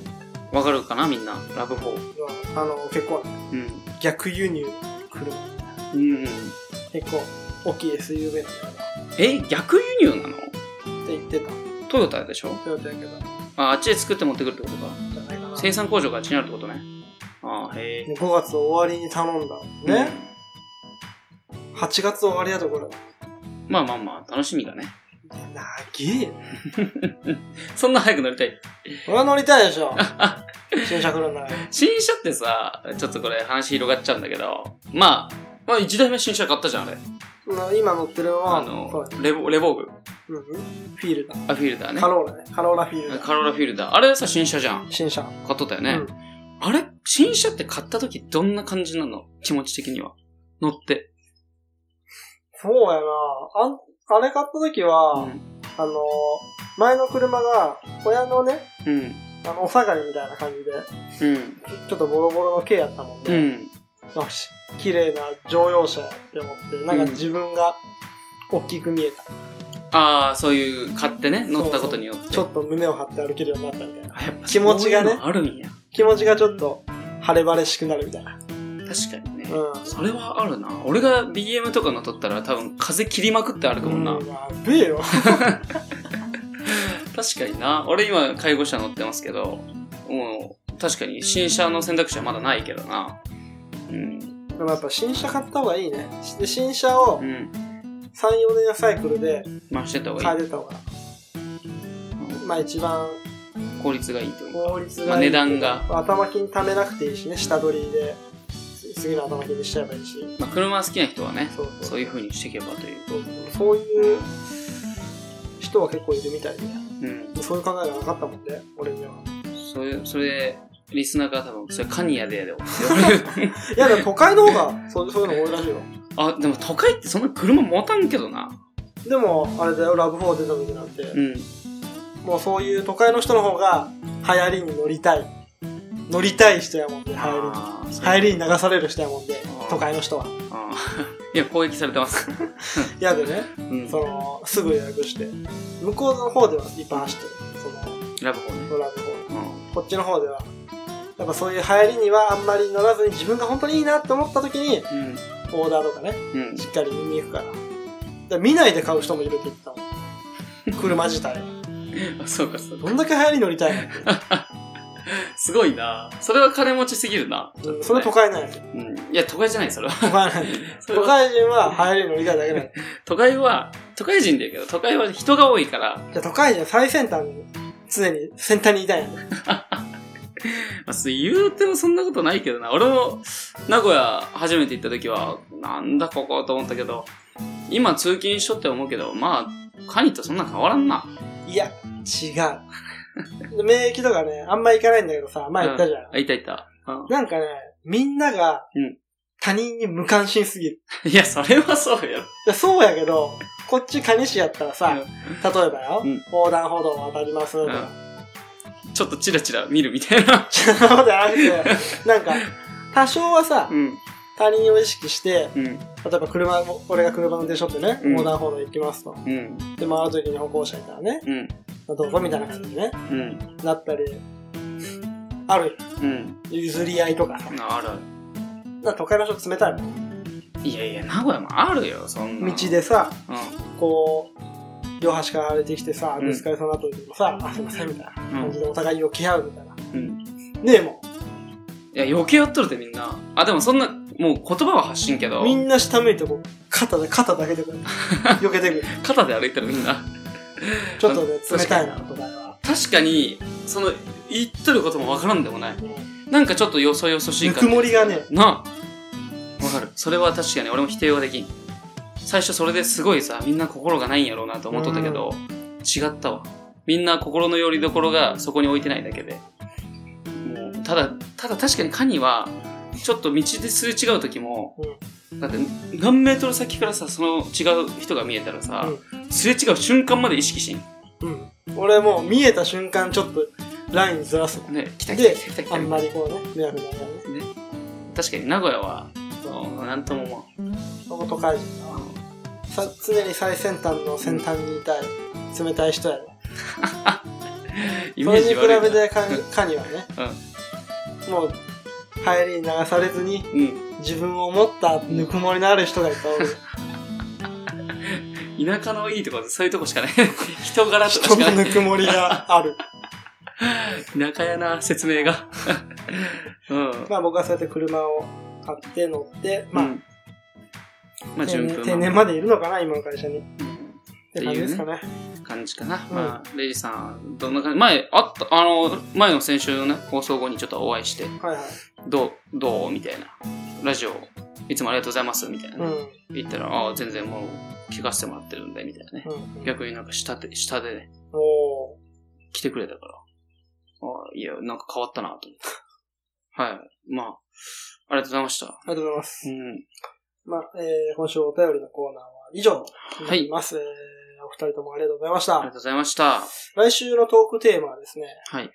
Speaker 1: わかるかなみんな。ラブ4。
Speaker 2: があの結構
Speaker 1: うん。
Speaker 2: 逆輸入車
Speaker 1: うん。
Speaker 2: 結構大きい SUV なんだよな
Speaker 1: え、逆輸入なの
Speaker 2: って言ってた。
Speaker 1: トヨタでしょ
Speaker 2: トヨタやけど、じ
Speaker 1: あ、あっちで作って持ってくるってことか。
Speaker 2: ゃないかな。
Speaker 1: 生産工場があっちにあるってことね。あーへえ。
Speaker 2: 5月終わりに頼んだ。ね、?8 月終わりやとこれ。
Speaker 1: うんまあまあまあ、楽しみだね。
Speaker 2: なげえ。
Speaker 1: そんな早く乗りたい。
Speaker 2: 俺は乗りたいでし ょ。新車来るんだから。
Speaker 1: 新車ってさ、ちょっとこれ話広がっちゃうんだけど、まあ、まあ1台目新車買ったじゃん、あれ。
Speaker 2: まあ今乗ってるのは、
Speaker 1: あ
Speaker 2: そう
Speaker 1: の、レボ、レボーグ。
Speaker 2: うん、フィールダー。
Speaker 1: あ、フィルダーね
Speaker 2: カ。ローラね。カローラフィールダー。
Speaker 1: カローラフィルダー。あれさ、新車じゃん。
Speaker 2: 新車。
Speaker 1: 買っとったよ
Speaker 2: う
Speaker 1: ね。
Speaker 2: ん。
Speaker 1: あれ新車って買った時どんな感じなの気持ち的には。乗って。
Speaker 2: そうやなあん、あれ買った時は、
Speaker 1: うん。
Speaker 2: あのー、前の車が、親のね、
Speaker 1: うん。
Speaker 2: あの、お下がりみたいな感じで、
Speaker 1: うん。
Speaker 2: ちょっとボロボロの軽やったもん
Speaker 1: う
Speaker 2: で、
Speaker 1: ん。
Speaker 2: よし、綺麗な乗用車やって思って、なんか自分が大きく見えた。
Speaker 1: ああ、そういう、買ってね、乗ったことによって。
Speaker 2: ちょっと胸を張って歩けるようになったみたいな。
Speaker 1: あやっぱ
Speaker 2: 気持ちがね
Speaker 1: そういうのあるんや。
Speaker 2: 気持ちがちょっと晴れ晴れしくなるみたいな。
Speaker 1: 確かにね。
Speaker 2: う
Speaker 1: それはあるな。俺が BM とか乗っとったら多分風切りまくって歩く
Speaker 2: ん。
Speaker 1: もんな。
Speaker 2: うんやべえよ。
Speaker 1: 確かにな。俺今、介護車乗ってますけど、もう、確かに新車の選択肢はまだないけどな。うん。
Speaker 2: でもやっぱ新車買った方がいいね。で新車を
Speaker 1: う
Speaker 2: 3、
Speaker 1: ん。
Speaker 2: 4年サイクルで
Speaker 1: まあ、してた方が
Speaker 2: 買
Speaker 1: い
Speaker 2: え
Speaker 1: い。
Speaker 2: てた方が、まあ一番
Speaker 1: 効率がいいと思う。
Speaker 2: 効率がいい。
Speaker 1: まあ、値段が。
Speaker 2: 頭金貯めなくていいしね、下取りで。次の頭金にしちゃえばいいし。
Speaker 1: まあ、車好きな人はね、
Speaker 2: そう
Speaker 1: そういう風にしていけばという。
Speaker 2: そうそうそういう人は結構いるみたいで。
Speaker 1: うん。
Speaker 2: そういう考えがなかったもんで、俺には。
Speaker 1: それ、それ、リスナーから多分、それカニやでやで。って 言われる
Speaker 2: いや、でも都会の方が、 そうそういうの多いらしいよ。
Speaker 1: あ、でも都会ってそんな車持たんけどな。
Speaker 2: でも、あれだよ、ラブ4出た時なんて、
Speaker 1: うん。
Speaker 2: もうそういう都会の人の方が、流行りに乗りたい。乗りたい人やもんで、流行りに。
Speaker 1: あーそう
Speaker 2: 流行りに流される人やもんで
Speaker 1: あー、
Speaker 2: 都会の人は。
Speaker 1: あーいや、攻撃されてます。
Speaker 2: 嫌でね、
Speaker 1: うん。
Speaker 2: その、すぐ予約して。向こうの方ではいっぱい走ってる。その、
Speaker 1: ラブホね。
Speaker 2: ドラム方。
Speaker 1: うん。
Speaker 2: こっちの方では。やっぱそういう流行りにはあんまり乗らずに自分が本当にいいなって思った時に、オーダーとかね、
Speaker 1: うん。うん。
Speaker 2: しっかり見に行くから。だから見ないで買う人もいるって言ってたもん。車自体。
Speaker 1: あそうか、そうか。
Speaker 2: どんだけ流行り乗りたいの、
Speaker 1: すごいな。それは金持ちすぎるな。
Speaker 2: うん、それ都会なんや。
Speaker 1: うん。いや、都会じゃない、それは。
Speaker 2: 都会なんや。
Speaker 1: それ
Speaker 2: 都
Speaker 1: は
Speaker 2: 会人は流行り乗りたいだけなんや。
Speaker 1: 都会は、都会人だけど、都会は人が多いから、
Speaker 2: じゃあ都会人は最先端に、常に先端にいたいんや。
Speaker 1: まあ、そう言うてもそんなことないけどな。俺も、名古屋初めて行った時は、なんだここと思ったけど、今通勤しとって思うけど、まあ、カニとそんな変わらんな。
Speaker 2: いや、違う。で 免疫とかね、あんま行かないんだけどさ、前言ったじゃん。
Speaker 1: あ、いたいた。うん
Speaker 2: なんかね、みんなが
Speaker 1: うん、
Speaker 2: 他人に無関心すぎる。
Speaker 1: いや、それはそうやろ。
Speaker 2: いやそうやけど、こっち蟹市やったらさ、
Speaker 1: うん
Speaker 2: 例えばよ、
Speaker 1: うん
Speaker 2: 横断歩道を渡りますと
Speaker 1: うん
Speaker 2: か、
Speaker 1: ちょっとチラチラ見るみたいな。
Speaker 2: そんなことやらなくて、なんか、多少はさ
Speaker 1: う、ん。
Speaker 2: 他人を意識して、
Speaker 1: うん。
Speaker 2: 例えば車を、俺が車運転しとってね、
Speaker 1: うん
Speaker 2: 横断歩道行きますと。
Speaker 1: うん。
Speaker 2: で、回るときに歩行者いたらね、
Speaker 1: うん。
Speaker 2: どうぞみたいな感じでね、
Speaker 1: うん。
Speaker 2: なったり、ある
Speaker 1: うん。
Speaker 2: 譲り合いとかさ。
Speaker 1: あるあ
Speaker 2: だから都会の人冷たいもん。
Speaker 1: る。いやいや、名古屋もあるよ、そんな。
Speaker 2: 道。でさ、
Speaker 1: う
Speaker 2: こう、両端から歩いてきてさ、
Speaker 1: うん
Speaker 2: ぶつかりそうになった時もさ、あ、すいませんみたいな感じでお互い避け合うみたいな。
Speaker 1: ん。うん。
Speaker 2: ねえも
Speaker 1: いや、余計やっとるで、みんな。あ、でもそんな、もう言葉は発信け
Speaker 2: う、
Speaker 1: ど
Speaker 2: み、んな下向いてこう、肩で、肩だけ でこう、避けてくる。
Speaker 1: 肩で歩いてるみんな。
Speaker 2: ちょっとね、
Speaker 1: うん
Speaker 2: 冷たいな、都会は。
Speaker 1: 確かに、その、言っとることもわからんでもない。なんかちょっとよそよそしい
Speaker 2: ぬ
Speaker 1: 感じ
Speaker 2: く。もりがね、
Speaker 1: なあ。わかる。それは確かに俺も否定はできん。最初それですごいさ、みんな心がないんやろうなと思っとったけど、違ったわ。みんな心の拠り所がそこに置いてないだけで。もうただ、ただ確かにカニは、ちょっと道ですれ違う時も、だって何メートル先からさ、その違う人が見えたらさ、すれ違う瞬間まで意識しん。
Speaker 2: うん。俺もう見えた瞬間ちょっとラインずらすもん。
Speaker 1: ね、来た来た
Speaker 2: で
Speaker 1: 来た来た来、た
Speaker 2: あんまりこうね、迷惑にならないね。
Speaker 1: 確かに名古屋は、うんなんとも思
Speaker 2: そこ都会人だわ。さ、常に最先端の先端にいたい、冷たい人やね。
Speaker 1: う。イ
Speaker 2: そ
Speaker 1: メー
Speaker 2: れに
Speaker 1: ジ
Speaker 2: 比
Speaker 1: 悪いな。
Speaker 2: べてカニカニはね、もう、流行りに流されずに、
Speaker 1: うん。うん。
Speaker 2: 自分を持ったぬくもりのある人がいっぱいおる。
Speaker 1: 田舎のいいところでそういうとこしかない。 人柄とか
Speaker 2: 人
Speaker 1: しか
Speaker 2: の
Speaker 1: ない。
Speaker 2: ぬくもりがある。
Speaker 1: 田 舎やな、説明が。うん。
Speaker 2: まあ僕はそうやって車を買って乗って、ま
Speaker 1: う
Speaker 2: あ、
Speaker 1: んまあ、
Speaker 2: 定
Speaker 1: 順
Speaker 2: 年
Speaker 1: 風
Speaker 2: 定年までいるのかな、今の会社に。っ
Speaker 1: うん
Speaker 2: て感じですかね。
Speaker 1: 感じかな。
Speaker 2: うん
Speaker 1: まあ、レイジさん、どんな感じ前、あった、あの、前の先週のね、放送後にちょっとお会いして、
Speaker 2: はいはい。
Speaker 1: どう、どうみたいな。ラジオ、いつもありがとうございます、みたいな
Speaker 2: う
Speaker 1: ね、
Speaker 2: ん。
Speaker 1: 言ったら、ああ、全然もう、聞かせてもらってるんで、みたいなね。
Speaker 2: うん。
Speaker 1: 逆になんか下で、下でね、
Speaker 2: おー
Speaker 1: 来てくれたから。あいや、なんか変わったなと思って。 はい。まあ、ありがとうございました。
Speaker 2: ありがとうございます。
Speaker 1: うん。
Speaker 2: まあ、えー、今週お便りのコーナーは以上になります。えーお二人ともありがとうございまし
Speaker 1: ありが
Speaker 2: た
Speaker 1: と。うございました。
Speaker 2: 来週のトークテーマはですね、
Speaker 1: はい。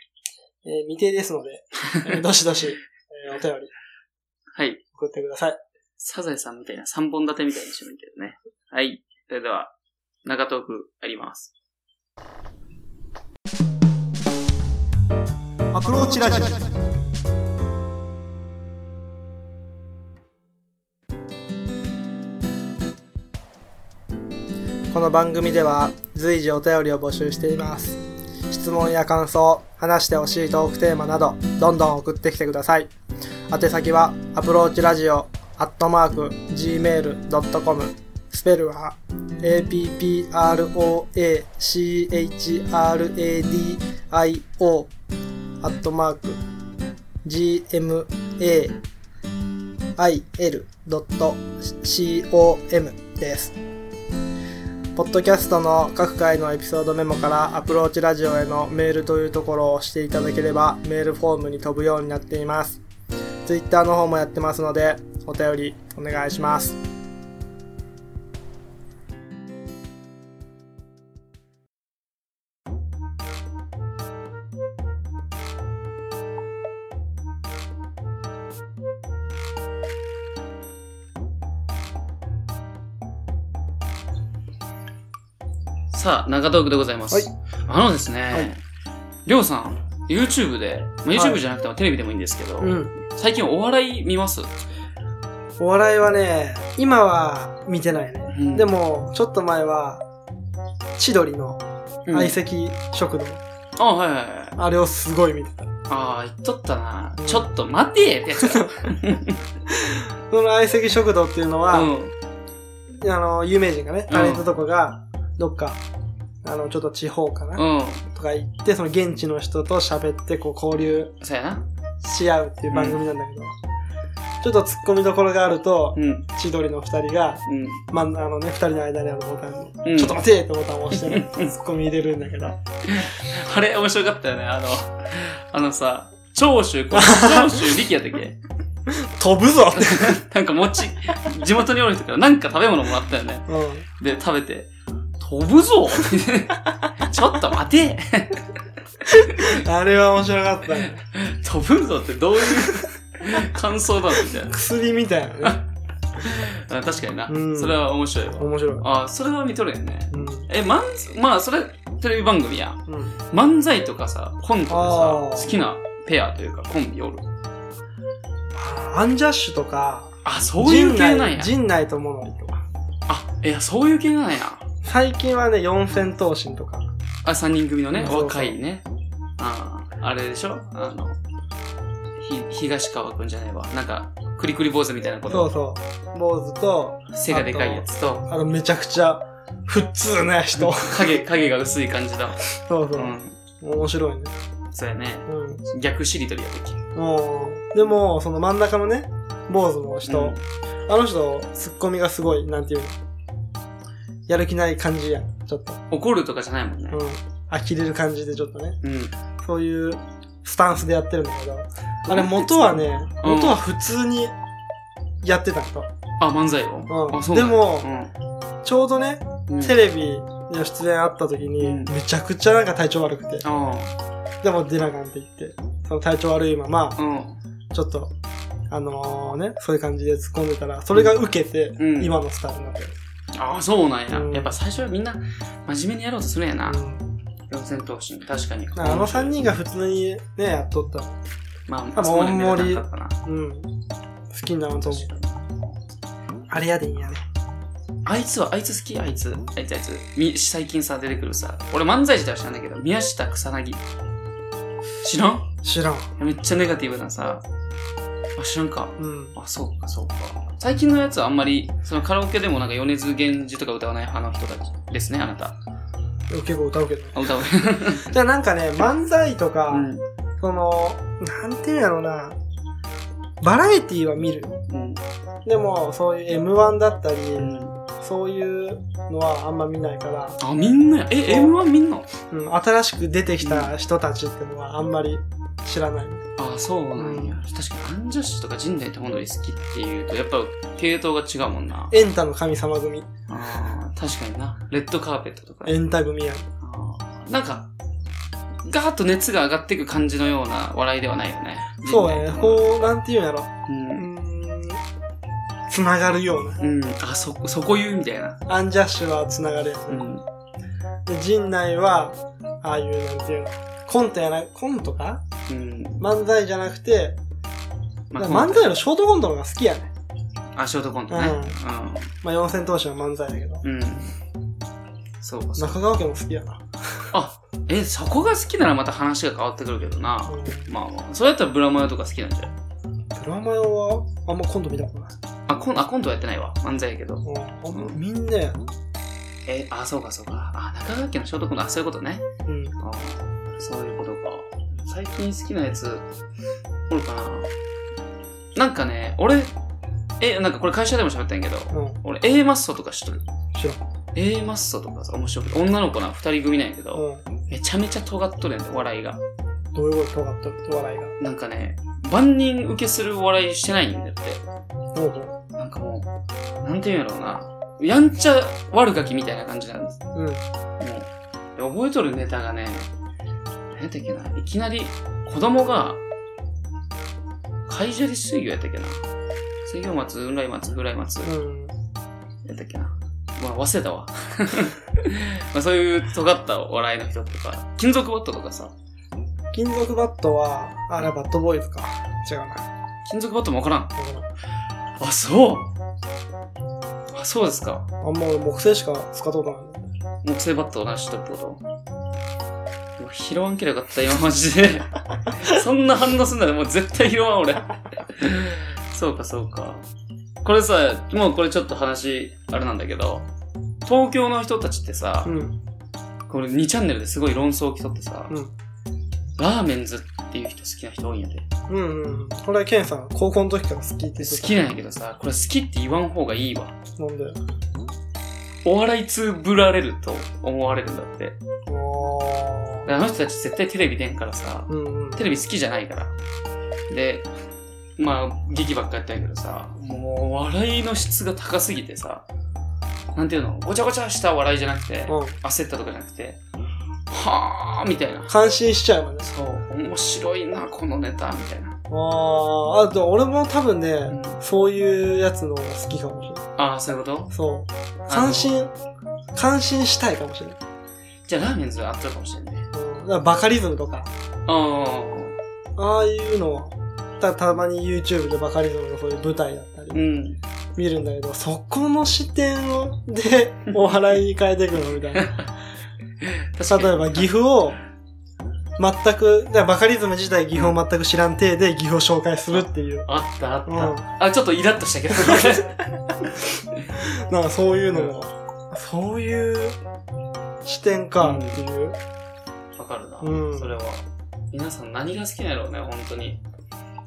Speaker 2: えー未定ですので、えーどしどし、えーお便り
Speaker 1: はい。
Speaker 2: 送ってください。
Speaker 1: サザエさんみたいな三本立てみたいにしてもいいけどね。はい。それでは、長トークあります。
Speaker 2: アプローチラジオ。この番組では随時お便りを募集しています。質問や感想、話してほしいトークテーマなど、どんどん送ってきてください。宛先は、アプローチラジオ、アットマーク、gmail.com、スペルは、approachradio、アットマーク、gmail.com です。ポッドキャストの各回のエピソードメモからアプローチラジオへのメールというところを押していただければメールフォームに飛ぶようになっています。Twitter の方もやってますのでお便りお願いします。
Speaker 1: さあ、長トークでございます。
Speaker 2: はい
Speaker 1: あのですね、
Speaker 2: い
Speaker 1: りょうさん、YouTube で、まあ、
Speaker 2: は
Speaker 1: YouTube
Speaker 2: い
Speaker 1: じゃなくてもテレビでもいいんですけど、
Speaker 2: うん。
Speaker 1: 最近お笑い見ます、
Speaker 2: お笑いはね、今は見てないね。
Speaker 1: うん
Speaker 2: で、も、ちょっと前は、千鳥の
Speaker 1: うん
Speaker 2: 相席食堂、
Speaker 1: あ、はいはいはい。
Speaker 2: あれをすごい見てた。
Speaker 1: ああ、言っとったな。ちょっと待てってやつ だ。
Speaker 2: その相席食堂っていうのは、
Speaker 1: うん。
Speaker 2: あの、有名人がね、
Speaker 1: うん
Speaker 2: タレントとかが、どっか、あの、ちょっと地方かな、
Speaker 1: うん。
Speaker 2: とか行って、その現地の人と喋って、こう、交流
Speaker 1: そうやな。
Speaker 2: し合うっていう番組なんだけど、ちょっと突っ込みどころがあると
Speaker 1: う、ん。
Speaker 2: 千鳥の二人が、
Speaker 1: うん。
Speaker 2: まあ、あのね、二人の間にあるボタンの、
Speaker 1: うん
Speaker 2: ちょっと待てーってボタンを押し てね、突っ込み入れるんだけど、
Speaker 1: あれ、面白かったよね。あの、あのさ、長州、こ長州力やったっけ
Speaker 2: 飛ぶぞって。
Speaker 1: なんか餅、地元におる人からなんか食べ物もらったよね。
Speaker 2: うん。
Speaker 1: で、食べて、飛ぶぞちょっと待て
Speaker 2: あれは面白かったね。
Speaker 1: 飛ぶぞってどういう感想だろうみたい
Speaker 2: 薬みたいなね。
Speaker 1: な。あ確かにな。
Speaker 2: うん
Speaker 1: それは面白いわ。
Speaker 2: 面白い。
Speaker 1: ああ、それは見とるよね。
Speaker 2: うん。
Speaker 1: え、漫才、まあ、それ、テレビ番組や。
Speaker 2: うん。
Speaker 1: 漫才とかさ、コント
Speaker 2: あ
Speaker 1: で
Speaker 2: ー
Speaker 1: さ、好きなペアというかコンビおる。
Speaker 2: アンジャッシュとか、
Speaker 1: あ、そういう系なんや。
Speaker 2: 陣内とモノリとか。
Speaker 1: あ、いや、そういう系なんや。
Speaker 2: 最近はね、四千頭身とか。
Speaker 1: あ、三人組のね、
Speaker 2: そうそう
Speaker 1: 若いね。あーあれでしょあの、ひ、東川くんじゃないわ。なんか、クリクリ坊主みたいなこ
Speaker 2: そう
Speaker 1: と。
Speaker 2: そう。坊主と、
Speaker 1: 背がでかいやつと、
Speaker 2: あの、めちゃくちゃ、普通な人。
Speaker 1: 影、影が薄い感じだ。
Speaker 2: そう
Speaker 1: う
Speaker 2: そう。
Speaker 1: ん。
Speaker 2: 面白いね。
Speaker 1: そうやね。
Speaker 2: うん。
Speaker 1: 逆しりとりやったっけ
Speaker 2: うん。でも、その真ん中のね、坊主の人、
Speaker 1: うん
Speaker 2: あの人、ツッコミがすごい、なんていうの。やる気ない感じやん。ちょっと。
Speaker 1: 怒るとかじゃないもんね
Speaker 2: うん。。呆れる感じでちょっとね。
Speaker 1: うん。
Speaker 2: そういうスタンスでやってるんだけど。あれ、元はね、
Speaker 1: うん
Speaker 2: 元は普通にやってた人。
Speaker 1: あ、漫才を、
Speaker 2: うん
Speaker 1: あ、そうなんや
Speaker 2: でも、ちょうどね、
Speaker 1: うん。うん
Speaker 2: テレビの出演あった時に、
Speaker 1: うん
Speaker 2: めちゃくちゃなんか体調悪くて、
Speaker 1: あ
Speaker 2: でも出なあかんって言って、その体調悪いまま
Speaker 1: あ、、うん。
Speaker 2: ちょっと、あのね、そういう感じで突っ込んでたら、それが受けて、
Speaker 1: うん
Speaker 2: 今のスタイルになってる。
Speaker 1: ああ、そうなんや、
Speaker 2: うん
Speaker 1: やっぱ最初はみんな真面目にやろうとするんやな。
Speaker 2: うん
Speaker 1: 四千頭身、確かに。
Speaker 2: だからあの3人が普通にね、やっとったの。
Speaker 1: ま
Speaker 2: あ
Speaker 1: あ、そこまで目立た
Speaker 2: 大
Speaker 1: なかったな。
Speaker 2: うん。好きになると思う。
Speaker 1: 確かに
Speaker 2: あれやでいいんやね。
Speaker 1: あいつは、あいつ好きあいつ、あいつあいつ。み最近さ、出てくるさ。俺漫才自体は知らんだけど、宮下草薙。知らん
Speaker 2: 知らん。
Speaker 1: めっちゃネガティブなさ。あ、知らんか。
Speaker 2: うん。
Speaker 1: あ、そうか、そうか。最近のやつはあんまり、そのカラオケでもなんか米津玄師とか歌わない派の人たちですね、あなた。
Speaker 2: でも結構歌うけど。
Speaker 1: あ、歌う。
Speaker 2: じゃあなんかね、漫才とか、
Speaker 1: うん。
Speaker 2: その、なんていうんやろうな、バラエティは見る。
Speaker 1: うん。
Speaker 2: でも、そういう M1 だったり、
Speaker 1: うん
Speaker 2: そういうのはあんま見ないから、
Speaker 1: あ、みんなや、え、
Speaker 2: そう
Speaker 1: M1 みんな
Speaker 2: うん、新しく出てきた人たちってのはあんまり知らない。
Speaker 1: ああそうなんや、
Speaker 2: う
Speaker 1: 確かにアンジャッシュとか陣内友則好きっていうとやっぱ系統が違うもんな
Speaker 2: エンタの神様組、
Speaker 1: あー確かになレッドカーペットとか
Speaker 2: エンタ組やん。
Speaker 1: あーなんかガーッと熱が上がっていく感じのような笑いではないよね
Speaker 2: そうやね、
Speaker 1: う、
Speaker 2: こう、なんていうんやろ、
Speaker 1: う
Speaker 2: うんーん、つながるような。
Speaker 1: うん、あそこそこ言うみたいな、
Speaker 2: アンジャッシュはつながるやつ
Speaker 1: う。ん、
Speaker 2: で、陣内は、ああいう、なんていうの、コントやな、コントか
Speaker 1: うん、
Speaker 2: 漫才じゃなくて、
Speaker 1: ま
Speaker 2: だ
Speaker 1: あ
Speaker 2: から漫才のショートコントの方が好きやね。
Speaker 1: あショートコントね
Speaker 2: まあ、四千頭身は漫才だけど。
Speaker 1: うん、うん、そうかそうか
Speaker 2: 中川家も好きやな。
Speaker 1: あえそこが好きならまた話が変わってくるけどな、
Speaker 2: うん
Speaker 1: まあまあそれやったらブラマヨとか好きなんじゃない
Speaker 2: ブラマヨは、あんまコント見たことない。
Speaker 1: あコンあコントはやってないわ漫才やけど
Speaker 2: うん
Speaker 1: う
Speaker 2: みんなや。
Speaker 1: えあそうかそうかあ中川家のショートコントあそういうことね
Speaker 2: うん。
Speaker 1: あそういうことか最近好きなやつおるかななんかね俺えなんかこれ会社でも喋ったんやけど
Speaker 2: うん。
Speaker 1: 俺 A マッソとか知っとる
Speaker 2: 知らん。
Speaker 1: A マッソとかさ、面白くて、女の子な二人組なんやけど、
Speaker 2: うん。
Speaker 1: めちゃめちゃ尖っとるんだよ、笑いが。
Speaker 2: どういうこと尖っとるって笑いが。
Speaker 1: なんかね、万人受けする笑いしてないんだって。
Speaker 2: ほうほ
Speaker 1: なんかもう、なんて言うんやろうな。やんちゃ悪ガキみたいな感じなんです。も
Speaker 2: う。うん。
Speaker 1: うで覚えとるネタがね、何やったっけな。いきなり、子供が、海砂利水魚やったっけな。水魚松、雲来松、風来松、
Speaker 2: うん。
Speaker 1: やったっけな。まあ、忘れたわ。 まあ、そういう尖った笑いの人とか、金属バットとかさ、
Speaker 2: 金属バットは、あれはバッドボーイズか。違うな。
Speaker 1: 金属バットもわからん。あ、そうあ、そうですか。
Speaker 2: あんま俺木製しか使ったことない。
Speaker 1: 木製バットをなしとるってことうわ拾わんければよかった、今マジで。 そんな反応すんならもう絶対拾わん、俺。 そうか、そうか。これさ、もうこれちょっと話、あれなんだけど、東京の人たちってさ、
Speaker 2: うん。
Speaker 1: これ2チャンネルですごい論争を競ってさ、
Speaker 2: うん
Speaker 1: ラーメンズっていう人好きな人多いんやで。
Speaker 2: うんうん。これ、ケンさん、高校の時から好きって言って
Speaker 1: 好きなんやけどさ、これ好きって言わん方がいいわ。
Speaker 2: た。なんで。
Speaker 1: お笑いつぶられると思われるんだって。
Speaker 2: お
Speaker 1: で
Speaker 2: ー。
Speaker 1: あの人たち絶対テレビ出んからさ、
Speaker 2: うんうん。
Speaker 1: テレビ好きじゃないから。で、まあ、劇ばっかやったんやけどさ、もう笑いの質が高すぎてさ、なんていうのごちゃごちゃした笑いじゃなくて、
Speaker 2: うん。
Speaker 1: 焦ったとかじゃなくて、はぁーみたいな。
Speaker 2: 感心しちゃうもんね。
Speaker 1: そう、面白いな、このネタ、みたいな。
Speaker 2: あー。あ、でも俺も多分ね、
Speaker 1: ん
Speaker 2: そういうやつの方が好きかもしれない。
Speaker 1: ああ、そういうこと
Speaker 2: そう。感心、感心したいかもしれない。
Speaker 1: じゃあラーメンズはあったかもしれんね。
Speaker 2: うん。だからバカリズムとか、
Speaker 1: あ
Speaker 2: ああいうのは、たたまに YouTube でバカリズムのそういう舞台だった
Speaker 1: あ、う
Speaker 2: り
Speaker 1: ん。
Speaker 2: 見るんだけど、そこの視点を でお笑いに変えていくのみたいな。
Speaker 1: 確
Speaker 2: 例
Speaker 1: か
Speaker 2: えば岐阜を全く、だからバカリズム自体岐阜を全く知らん体で岐阜を紹介するっていう、
Speaker 1: あったあった、
Speaker 2: うん
Speaker 1: あ、ちょっとイラッとしたけど。
Speaker 2: なんかそういうのも、そういう視点かっていう。
Speaker 1: わかるな、
Speaker 2: うん
Speaker 1: それは。皆さん何が好きなんやろうね、本当に。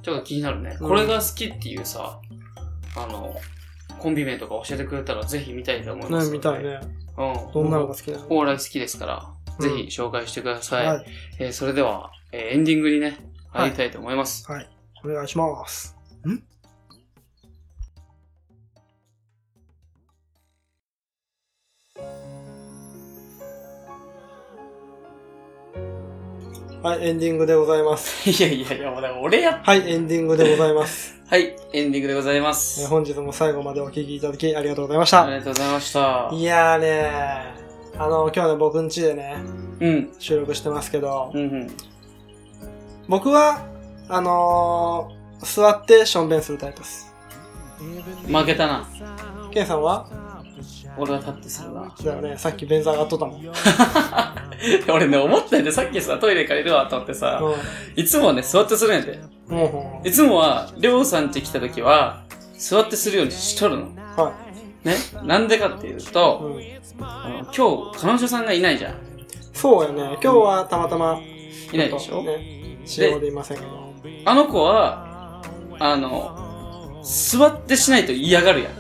Speaker 1: ちょっと気になるね。
Speaker 2: うん
Speaker 1: これが好きっていうさ、あの、コンビ名とか教えてくれたらぜひ見たいと思いま
Speaker 2: ね、
Speaker 1: す。
Speaker 2: みたい。ね。
Speaker 1: うん。
Speaker 2: どんなのが好きなの
Speaker 1: お笑い好きですから、
Speaker 2: うん
Speaker 1: ぜひ紹介してください。
Speaker 2: はい。
Speaker 1: えーそれでは、えーエンディングにね、
Speaker 2: はい
Speaker 1: 入りたいと思います。
Speaker 2: はい。お願いします。んはい、エンディングでございま す。
Speaker 1: い、やいやいや、もうだから俺やっ
Speaker 2: はい、エンディングでございます。
Speaker 1: はい、エンディングでございま
Speaker 2: えー
Speaker 1: す。
Speaker 2: 本日も最後までお聞きいただきありがとうございまし
Speaker 1: あ
Speaker 2: た。
Speaker 1: りがとうございました。
Speaker 2: いやーねー、あの、今日ね、僕ん家でね、
Speaker 1: うん、
Speaker 2: 収録してますけど
Speaker 1: う、ん、うん。
Speaker 2: 僕は、あのー、座ってしょんべんするタイプです。
Speaker 1: 負けたな。
Speaker 2: ケンさんは
Speaker 1: 俺は立ってするな。
Speaker 2: だよね、さっき便座上がっとったもん。うん。
Speaker 1: 俺ね、思ったんで、さっきさ、トイレ借りるわと思ってさ、いつもはね、座ってするんやで。
Speaker 2: もうほ
Speaker 1: いつもは、りょうさん家来た時は、座ってするようにしとるの。
Speaker 2: う。は
Speaker 1: ね。なんでかっていう
Speaker 2: い。
Speaker 1: と、
Speaker 2: うん。
Speaker 1: あの今日、彼女さんがいないじゃん。
Speaker 2: そうやね、今日はたまたま、
Speaker 1: いないでしょ
Speaker 2: ね、仕様でいませんけど。
Speaker 1: あの子は、あの、座ってしないと嫌がるやん。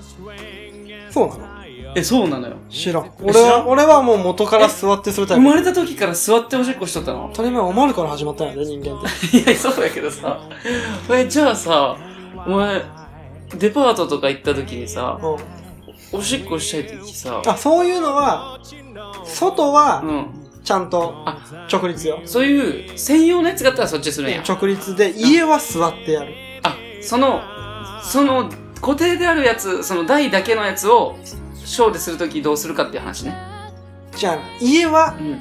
Speaker 2: そうなの
Speaker 1: え、そうなのよ。
Speaker 2: 知らん。
Speaker 1: え
Speaker 2: 俺
Speaker 1: 知ら
Speaker 2: は、
Speaker 1: ん
Speaker 2: 俺はもう元から座ってするタイ
Speaker 1: 生
Speaker 2: プ。
Speaker 1: まれた時から座っておしっこしとったの
Speaker 2: 当たり前、おまるから始まったんやね、人間って。
Speaker 1: いや、そうやけどさ。え、じゃあさ、お前、デパートとか行った時にさ、
Speaker 2: うん。
Speaker 1: おしっこしたい時さ、
Speaker 2: あ、そういうのは、外は
Speaker 1: う、ん。
Speaker 2: ちゃんと
Speaker 1: あ、
Speaker 2: 直立よ。
Speaker 1: そういう専用のやつがあったらそっちするんや。
Speaker 2: 直立で、家は座ってやる。
Speaker 1: あそのその固定であるやつその台だけのやつをショーでするときどうするかっていう話ね
Speaker 2: じゃあ、家は
Speaker 1: うん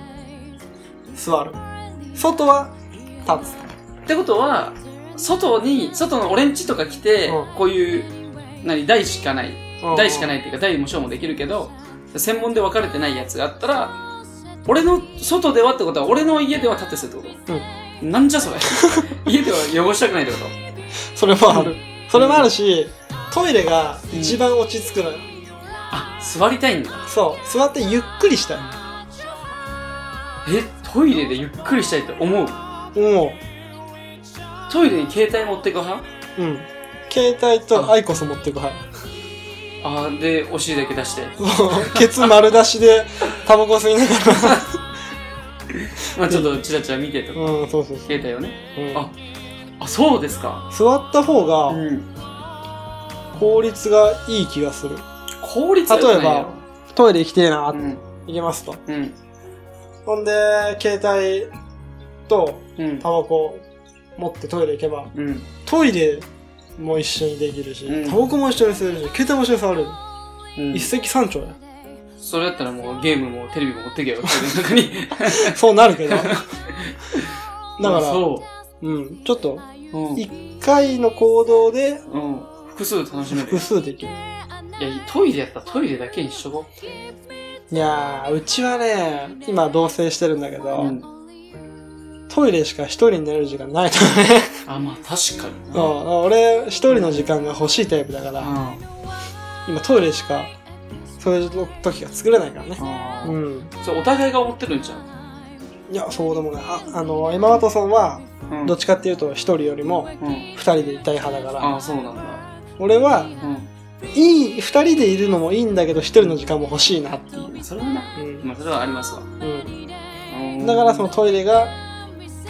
Speaker 2: 座る。外は立つ。
Speaker 1: ってことは外に外の俺んちとか来て、
Speaker 2: うん。
Speaker 1: こういう何台しかない台しかないいっていうか台もショーもできるけど専門で分かれてないやつがあったら俺の外ではってことは俺の家では立ってするってことなんじゃそ れ家では汚したくないってこと
Speaker 2: それもある。それもあるし、トイレが一番落ち着くのよ。
Speaker 1: あ座りたいんだ
Speaker 2: そう。座ってゆっくりしたい。
Speaker 1: えトイレでゆっくりしたいって思う
Speaker 2: も
Speaker 1: トイレに携帯持ってく派
Speaker 2: う、うん。携帯とアイコス持ってく、はい。
Speaker 1: あーで、お尻だけ出して。
Speaker 2: ケツ丸出しで、タバコ吸いながら。
Speaker 1: まあちょっとチラチラ見てとか、
Speaker 2: うん、そうそうそう。
Speaker 1: 携帯をね。
Speaker 2: うん
Speaker 1: ああ、そうですか。
Speaker 2: 座った方
Speaker 1: う
Speaker 2: が
Speaker 1: ん。
Speaker 2: 効率がいい気がする。
Speaker 1: 効率は良くないよ
Speaker 2: トイレ行きてえな、
Speaker 1: うん。
Speaker 2: 行けますと。
Speaker 1: うん。
Speaker 2: ほんで、携帯と
Speaker 1: うん
Speaker 2: タ。バコ持ってトイレ行けば、
Speaker 1: うん。
Speaker 2: トイレも一緒にできるし、
Speaker 1: うん
Speaker 2: タバコも一緒に吸えるし、携帯も一緒に触れる。
Speaker 1: うん
Speaker 2: 一石三鳥や。
Speaker 1: それだったらもうゲームもテレビも持 ってけよ、トイレの中に。
Speaker 2: そうなるけど。だか
Speaker 1: あ
Speaker 2: ら、う
Speaker 1: そ
Speaker 2: ん、ちょっと、
Speaker 1: う。うん。
Speaker 2: 一回の行動で
Speaker 1: うん。複数楽しめる
Speaker 2: 複。数できる。
Speaker 1: いや、トイレやったらトイレだけにしとこ
Speaker 2: いやー、うちはね、今同棲してるんだけ
Speaker 1: う。
Speaker 2: ど、
Speaker 1: うん。
Speaker 2: トイレしか一人になれる時間ないとね。
Speaker 1: あ、まあ確かに
Speaker 2: う
Speaker 1: な。
Speaker 2: ん俺、一人の時間が欲しいタイプだから、
Speaker 1: あ
Speaker 2: 今トイレしか、そういう時が作れないからね。
Speaker 1: あ
Speaker 2: う
Speaker 1: ー。
Speaker 2: ん。
Speaker 1: それお互いが思ってるんじゃん。
Speaker 2: いや、そうでもない。あ、あの、エマ・ワトソンは、
Speaker 1: うん
Speaker 2: どっちかっていうと一人よりも
Speaker 1: うん。
Speaker 2: 二人でいたい派だから、
Speaker 1: ああ、そうなんだ。
Speaker 2: 俺は、
Speaker 1: う
Speaker 2: いい、二人でいるのもいいんだけど、一人の時間も欲しいなっていう。
Speaker 1: ん。それはな。
Speaker 2: うん。
Speaker 1: まあそれはありますわ。
Speaker 2: うん。
Speaker 1: うん
Speaker 2: だからその、トイレが、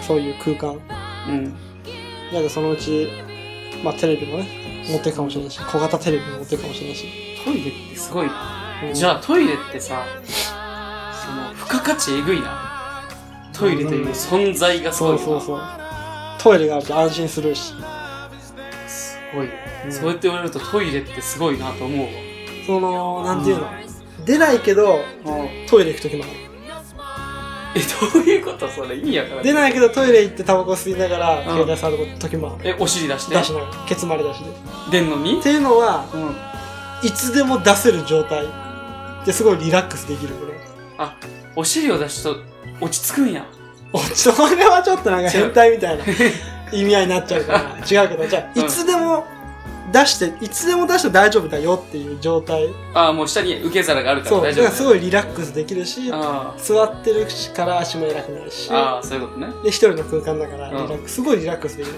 Speaker 2: そういう空間。
Speaker 1: うん。
Speaker 2: だからそのうち、まあテレビもね、持ってるかもしれないし、小型テレビも持ってるかもしれないし。
Speaker 1: トイレってすごいな。
Speaker 2: うん
Speaker 1: じゃあトイレってさ、その、付加価値えぐいな。トイレという存在がすごい
Speaker 2: そ
Speaker 1: よ
Speaker 2: う
Speaker 1: な。
Speaker 2: そうそう。トイレがあると安心するし。
Speaker 1: すごい、
Speaker 2: うん
Speaker 1: そうやって言われるとトイレってすごいなと思うわ
Speaker 2: その、なんていうの、出ないけど、トイレ行くときもある。
Speaker 1: えどういうことそれ意味わからん
Speaker 2: 出ないけどトイレ行ってタバコ吸いながら、
Speaker 1: ん
Speaker 2: 携帯触るときもある。
Speaker 1: えお尻出して
Speaker 2: 出しない。ケツ丸出しで。っ
Speaker 1: 出んのに
Speaker 2: ていうのは、
Speaker 1: うん
Speaker 2: いつでも出せる状態。ですごいリラックスできるこれ。
Speaker 1: お尻を出すと落ち着くんや
Speaker 2: おそれはちょっとなんか変態みたいな意味合いになっちゃうから、違うけど、じゃあ、
Speaker 1: うん
Speaker 2: いつでも出して、いつでも出して大丈夫だよっていう状態。
Speaker 1: ああもう下に受け皿があるか
Speaker 2: そ
Speaker 1: ら
Speaker 2: う、だ
Speaker 1: 大
Speaker 2: か
Speaker 1: 丈夫
Speaker 2: らすごいリラックスできるし、
Speaker 1: あ
Speaker 2: 座ってるから足も偉くなるし
Speaker 1: あ、ああそういうことね
Speaker 2: で、一人の空間だからリラックス、すごいリラックスできる。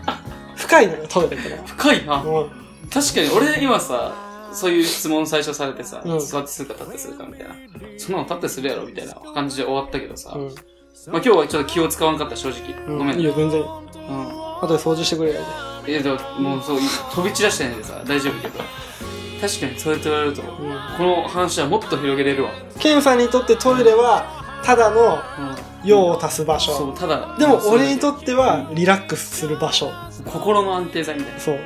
Speaker 2: 深いのよ、トイレから。
Speaker 1: 深いな
Speaker 2: うん、
Speaker 1: 確かに俺今さそういう質問最初されてさ、
Speaker 2: うん
Speaker 1: 座ってするか立ってするかみたいなそんなの立ってするやろみたいな感じで終わったけどさ、
Speaker 2: う
Speaker 1: まあ、今
Speaker 2: ん
Speaker 1: 日はちょっと気を使わんかった正直、
Speaker 2: うん
Speaker 1: ごめん、
Speaker 2: いいよ、全然。
Speaker 1: うん
Speaker 2: あとで掃除してくれよ。
Speaker 1: いやでももうそう飛び散らしてないんでさ大丈夫だけど確かにそうやって言われるとこ
Speaker 2: うん。
Speaker 1: の話はもっと広げれるわ、
Speaker 2: ケンさんにとってトイレは、ただの用を足す場所。
Speaker 1: そうただ
Speaker 2: でも俺にとっては
Speaker 1: う
Speaker 2: リラックスする場所。
Speaker 1: 心の安定剤みたいな
Speaker 2: そう。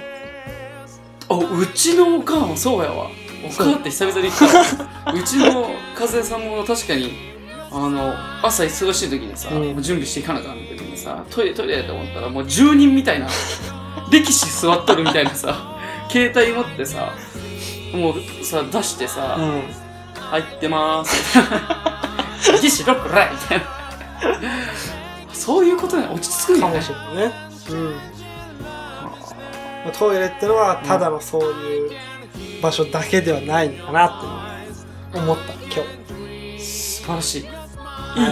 Speaker 1: あうちのおかんもそうやわおかんって久々に言ったわうちの和江さんも確かにあの朝忙しい時にさ、
Speaker 2: うん
Speaker 1: もう準備していかなあかんって時にさトイレトイレだと思ったらもう住人みたいな歴史座っとるみたいなさ携帯持ってさもうさ出してさ、
Speaker 2: うん。
Speaker 1: 入ってまーす。技師ロックライみたいな。そういうことね、落ち着くん
Speaker 2: か
Speaker 1: だ
Speaker 2: も
Speaker 1: ね
Speaker 2: し。れないね。うん。トイレってのは、ただのそういう場所だけではないのかなって思った、今日。
Speaker 1: 素晴らしい。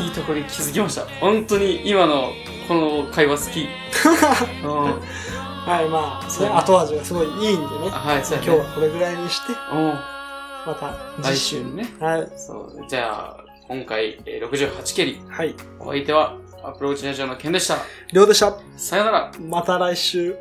Speaker 1: いいところに気づきました。本当に今のこの会話好 き。うん
Speaker 2: はい、まあ、それ
Speaker 1: そうね
Speaker 2: 後味がすごいいいんでね。
Speaker 1: あはい、そう
Speaker 2: 今
Speaker 1: やね。
Speaker 2: 日はこれぐらいにして、ま
Speaker 1: うん
Speaker 2: た
Speaker 1: 来
Speaker 2: 次
Speaker 1: 週
Speaker 2: 週。
Speaker 1: ね。
Speaker 2: はい。
Speaker 1: そう。じゃあ、今回えー68蹴り。
Speaker 2: はい。
Speaker 1: お相手はアプローチラジオのケンでした。
Speaker 2: りょうでした。
Speaker 1: さよなら。
Speaker 2: また来週。